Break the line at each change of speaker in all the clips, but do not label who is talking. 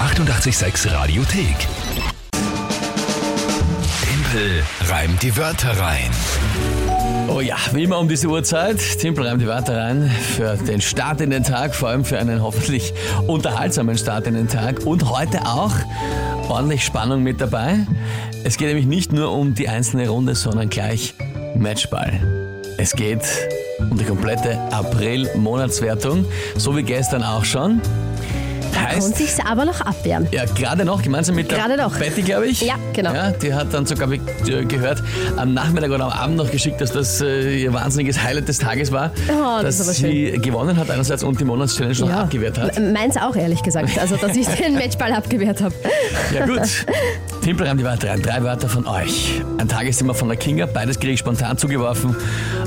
886 Radiothek. Tempel reimt die Wörter rein.
Oh ja, wie immer um diese Uhrzeit. Timpel reimt die Wörter rein für den Start in den Tag, vor allem für einen hoffentlich unterhaltsamen Start in den Tag und heute auch ordentlich Spannung mit dabei. Es geht nämlich nicht nur um die einzelne Runde, sondern gleich Matchball. Es geht um die komplette April-Monatswertung, so wie gestern auch schon.
Konnte
Heißt,
sich's aber noch abwehren.
ja, gerade noch, gemeinsam mit
Gerade
der
noch.
Betty, glaube ich.
Ja, genau.
Ja, die hat dann sogar wie, äh, gehört, am Nachmittag oder am Abend noch geschickt, dass das äh, ihr wahnsinniges Highlight des Tages war,
Oh, das
dass
ist aber
sie gewonnen hat einerseits und die Monatschallenge noch abgewehrt hat.
M- Meins auch, ehrlich gesagt. Also, dass ich den Matchball abgewehrt habe.
Ja gut. Timpel haben die Wörter rein. Drei Wörter von euch. Ein Tagesthema von der Kinga. Beides kriege ich spontan zugeworfen.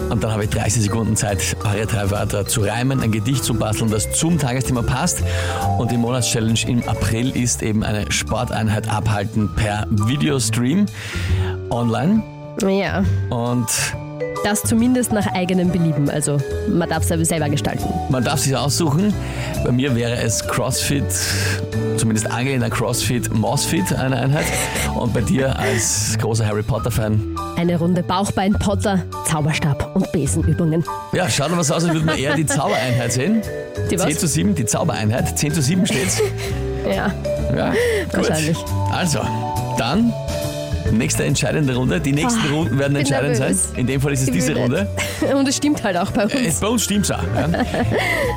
Und dann habe ich 30 Sekunden Zeit, eure drei Wörter zu reimen, ein Gedicht zu basteln, das zum Tagesthema passt. Und die Monatschallenge im April ist eben eine Sporteinheit abhalten per Videostream online.
Ja,
Und
das zumindest nach eigenem Belieben. Also, man darf es selber gestalten.
man darf sich aussuchen. Bei mir wäre es CrossFit, zumindest angelehnt an CrossFit, MOSFit eine Einheit. Und bei dir als großer Harry Potter-Fan
Eine Runde Bauchbein, Potter, Zauberstab und Besenübungen.
Ja, schaut aber so aus, als würde man eher die Zaubereinheit sehen.
Die was?
10 zu 7, die Zaubereinheit. 10 zu 7 steht's.
Ja,
Ja, gut.
Wahrscheinlich.
Also, dann nächste entscheidende Runde. Die nächsten
Ah,
Runden werden
bin
entscheidend
nervös.
sein. In dem Fall ist es
Ich
diese
will
Runde.
Und es stimmt halt auch bei
Äh,
uns.
Bei uns stimmt's auch. Ja.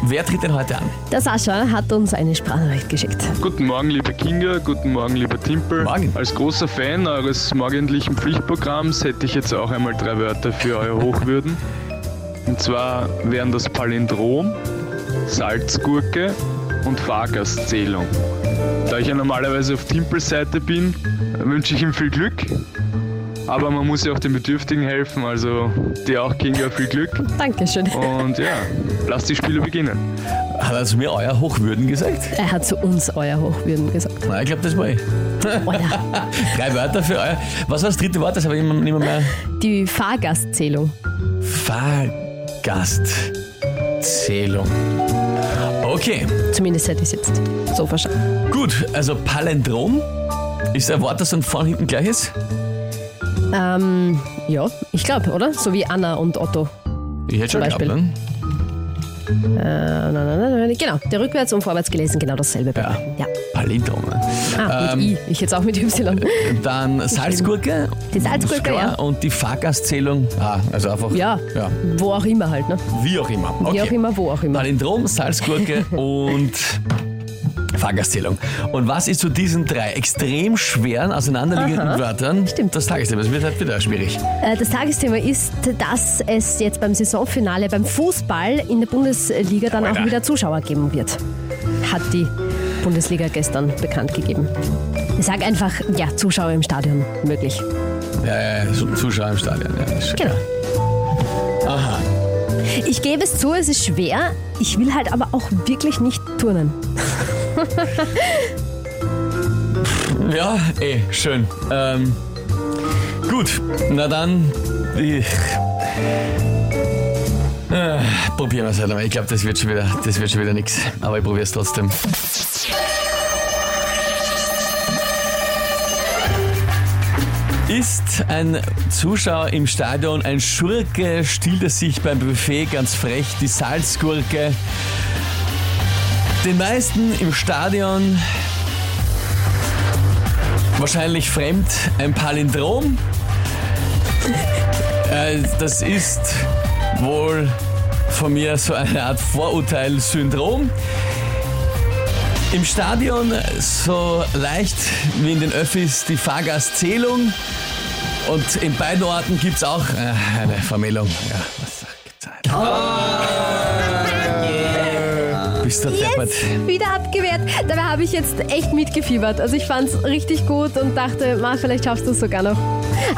Wer tritt denn heute an?
Der Sascha hat uns eine Sprachnachricht geschickt.
Guten Morgen, lieber Kinga, guten Morgen, lieber Timpel.
Morgen.
Als großer Fan eures morgendlichen Pflichtprogramms hätte ich jetzt auch einmal drei Wörter für euer Hochwürden. Und zwar wären das Palindrom, Salzgurke und Fahrgastzählung. Da ich ja normalerweise auf Timpels Seite bin, wünsche ich ihm viel Glück. Aber man muss ja auch den Bedürftigen helfen, also dir auch, Kinga, viel Glück.
Dankeschön.
Und ja, lasst die Spiele beginnen.
Hat also mir euer Hochwürden gesagt?
Er hat zu uns euer Hochwürden gesagt.
Nein, ich glaube, das war ich.
Oder
Drei Wörter für euer. Was war das dritte Wort? Das habe ich immer- nicht mehr. mehr.
die Fahrgastzählung.
Fahrgastzählung. Okay.
Zumindest hätte ich es jetzt so verstanden.
Gut, also Palindrom ist ein Wort, das dann vorne hinten gleich ist?
Ähm, ja, ich glaube, oder? So wie Anna und Otto.
Ich hätte
Zum Beispiel.
ne?
Äh, nein, nein, nein, nein. Genau, der rückwärts und vorwärts gelesen, genau dasselbe.
Ja.
ja.
Palindrom. Ne?
Ah, mit I. Ich jetzt auch mit Y.
Dann Salzgurke.
Die Salzgurke,
ist klar.
ja.
Und die Fahrgastzählung. Ah, also einfach.
Ja.
ja.
Wo auch immer halt, ne?
Wie auch immer.
Wie
Okay.
auch immer, wo auch immer.
Palindrom, Salzgurke und Fahrgastzählung. Und was ist zu diesen drei extrem schweren, auseinanderliegenden Wörtern
Stimmt.
das Tagesthema? Das wird halt wieder schwierig.
Äh, Das Tagesthema ist, dass es jetzt beim Saisonfinale beim Fußball in der Bundesliga dann
Alter.
auch wieder Zuschauer geben wird. Hat die Bundesliga gestern bekannt gegeben. Ich sag einfach, ja, Zuschauer im Stadion möglich.
Ja, ja, ja, so- Äh, Zuschauer im Stadion. Ja, ist-
Genau.
Aha.
Ich gebe es zu, es ist schwer. Ich will halt aber auch wirklich nicht turnen.
Ja, eh, schön. Ähm, gut, na dann. Ich, äh, probieren wir es halt einmal. Ich glaube, das wird schon wieder, das wird schon wieder nichts. Aber ich probiere es trotzdem. Ist ein Zuschauer im Stadion ein Schurke, stiehlt er sich beim Buffet ganz frech die Salzgurke. Den meisten im Stadion wahrscheinlich fremd, ein Palindrom. Äh, das ist wohl von mir so eine Art Vorurteilssyndrom. Im Stadion so leicht wie in den Öffis die Fahrgastzählung. Und in beiden Orten gibt es auch äh, eine Vermählung. Ja, was gibt's da? Bist du deppert?
Wieder abgewehrt. Dabei habe ich jetzt echt mitgefiebert. Also ich fand es richtig gut und dachte, ma, vielleicht schaffst du es sogar noch.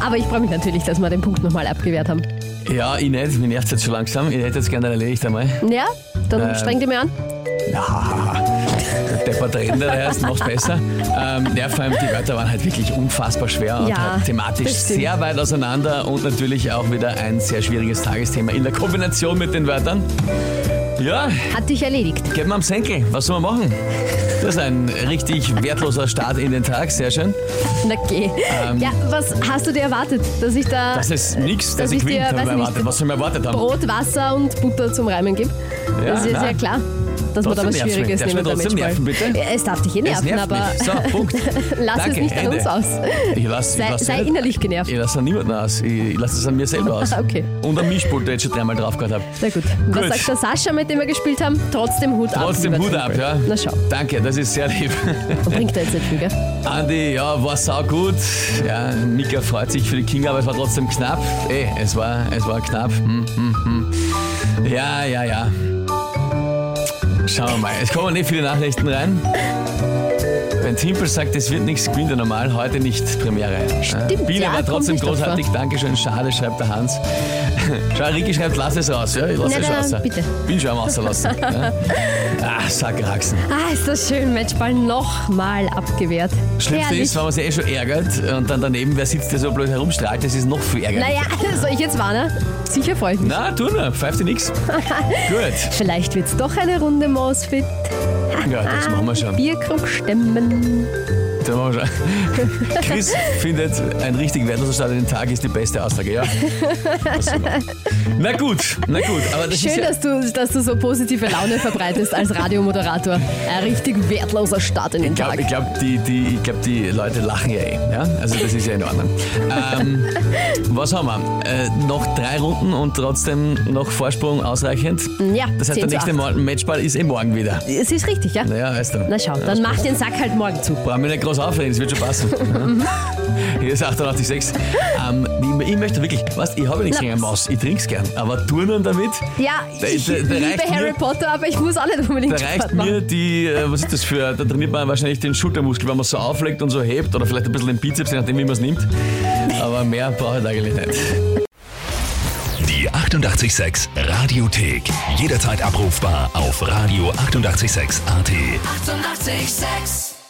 Aber ich freue mich natürlich, dass wir den Punkt nochmal abgewehrt haben.
Ja, ich nicht. Mir nervt jetzt schon langsam. Ich hätte jetzt gerne erledigt einmal.
Ja, dann
Ähm.
streng dich mal an.
Ja, der Deppert Ränder heißt, macht's besser. Ähm, ja, vor allem die Wörter waren halt wirklich unfassbar schwer und
Ja,
halt thematisch
das stimmt.
sehr weit auseinander und natürlich auch wieder ein sehr schwieriges Tagesthema in der Kombination mit den Wörtern. Ja,
Hat dich erledigt.
geben wir am Senkel. Was soll man machen? Das ist ein richtig wertloser Start in den Tag. Sehr schön.
Na geh. ja, was hast du dir erwartet? Dass ich da
ähm, Das ist nichts,
Dass
dass ich
ich dir,
gewinnt
weiß
habe
ich nicht,
erwartet. Was soll man erwartet haben?
Brot, Wasser und Butter zum Reimen gebe?
Ja,
das ist ja
nein.
klar. Dass man da
Trotzdem nervt's
was
mich.
Schwieriges
Darf's
nehmen
mich trotzdem nerven, bitte?
Ja, Es darf dich eh
Es
nerven,
nervt
aber
mich. So, Punkt.
lass
Danke,
es nicht an
Ende.
uns aus.
Ich lass,
Sei-
ich lass
sei
nicht,
innerlich genervt.
Ich lasse an niemanden aus. Ich lasse es an mir selber aus.
Okay.
Und am Mischpult, der ich schon dreimal drauf gehabt habe.
Na gut.
Gut.
Was sagt der Sascha, mit dem wir gespielt haben? Trotzdem Hut ab.
Trotzdem
lieber
Hut ab,
Tempel.
ja.
Na schau,
Danke, das ist sehr lieb.
bringt er jetzt nicht viel, gell?
Andi, ja, war sau gut. Ja, Mika freut sich für die Kinga, aber es war trotzdem knapp. Ey, es war, es war knapp. Hm, hm, hm. Ja, ja, ja. Schauen wir mal. Es kommen nicht viele Nachrichten rein. Wenn Timpel sagt, es wird nichts, gewinnt er normal. Heute nicht Premiere.
Stimmt,
Biene
ja,
war
kommt
trotzdem
nicht davor.
großartig. Dankeschön. Schade, schreibt der Hans. Schau, Ricky schreibt, lass es raus. Ja, ich lass
Na,
es
na,
raus.
bitte.
Bin schon am Auslassen. Ja. Ach, Sackraxen.
Ah, ist das schön. Matchball nochmal abgewehrt.
Schlimmste
Herrlich.
ist, wenn man sich eh schon ärgert und dann daneben, wer sitzt, der so blöd herumstrahlt, das ist noch viel ärgerlich.
Naja, soll ich jetzt warnen? Sicher freue ich mich.
Na, tu nur, pfeift dir nix. Gut,
Vielleicht wird's doch eine Runde Mausfit.
ja, das machen wir schon.
Bierkrug stemmen.
Das machen wir schon. Chris findet, ein richtig wertloser Start in den Tag ist die beste Aussage, ja. Was soll man? Na gut, na gut, aber das ist
Schön,
ja...
dass du, dass du so positive Laune verbreitest als Radiomoderator. Ein richtig wertloser Start in den
Ich glaube,
Tag.
ich glaub, die, die, ich glaub, die Leute lachen ja eh. Ja? Also das ist ja in Ordnung. Ähm, was haben wir? Äh, noch drei Runden und trotzdem noch Vorsprung ausreichend.
Hm, Ja,
Das heißt, der
10 zu
nächste
acht.
Mal Matchball ist eh morgen wieder.
Es ist richtig, ja?
Naja, weißt du.
Na schau, dann mach den Sack halt morgen zu.
Brauchen wir nicht groß aufreden, es wird schon passen. Hier ist 88,6. Ähm, ich, ich möchte wirklich, weißt ich habe nichts
Na,
gegen eine Maus, ich trinke es gern, aber Turnen damit,
Ja,
Da-
ich
da- da
liebe
reicht mir-
Harry Potter, aber ich muss auch nicht
da
unbedingt
reicht
Sport machen.
mir die, äh, was ist das für, da trainiert man wahrscheinlich den Schultermuskel, wenn man es so auflegt und so hebt oder vielleicht ein bisschen den Bizeps, je nachdem, wie man es nimmt. Aber mehr brauche ich eigentlich nicht.
Die 886 Radiothek. Jederzeit abrufbar auf radio886.at. 886!
886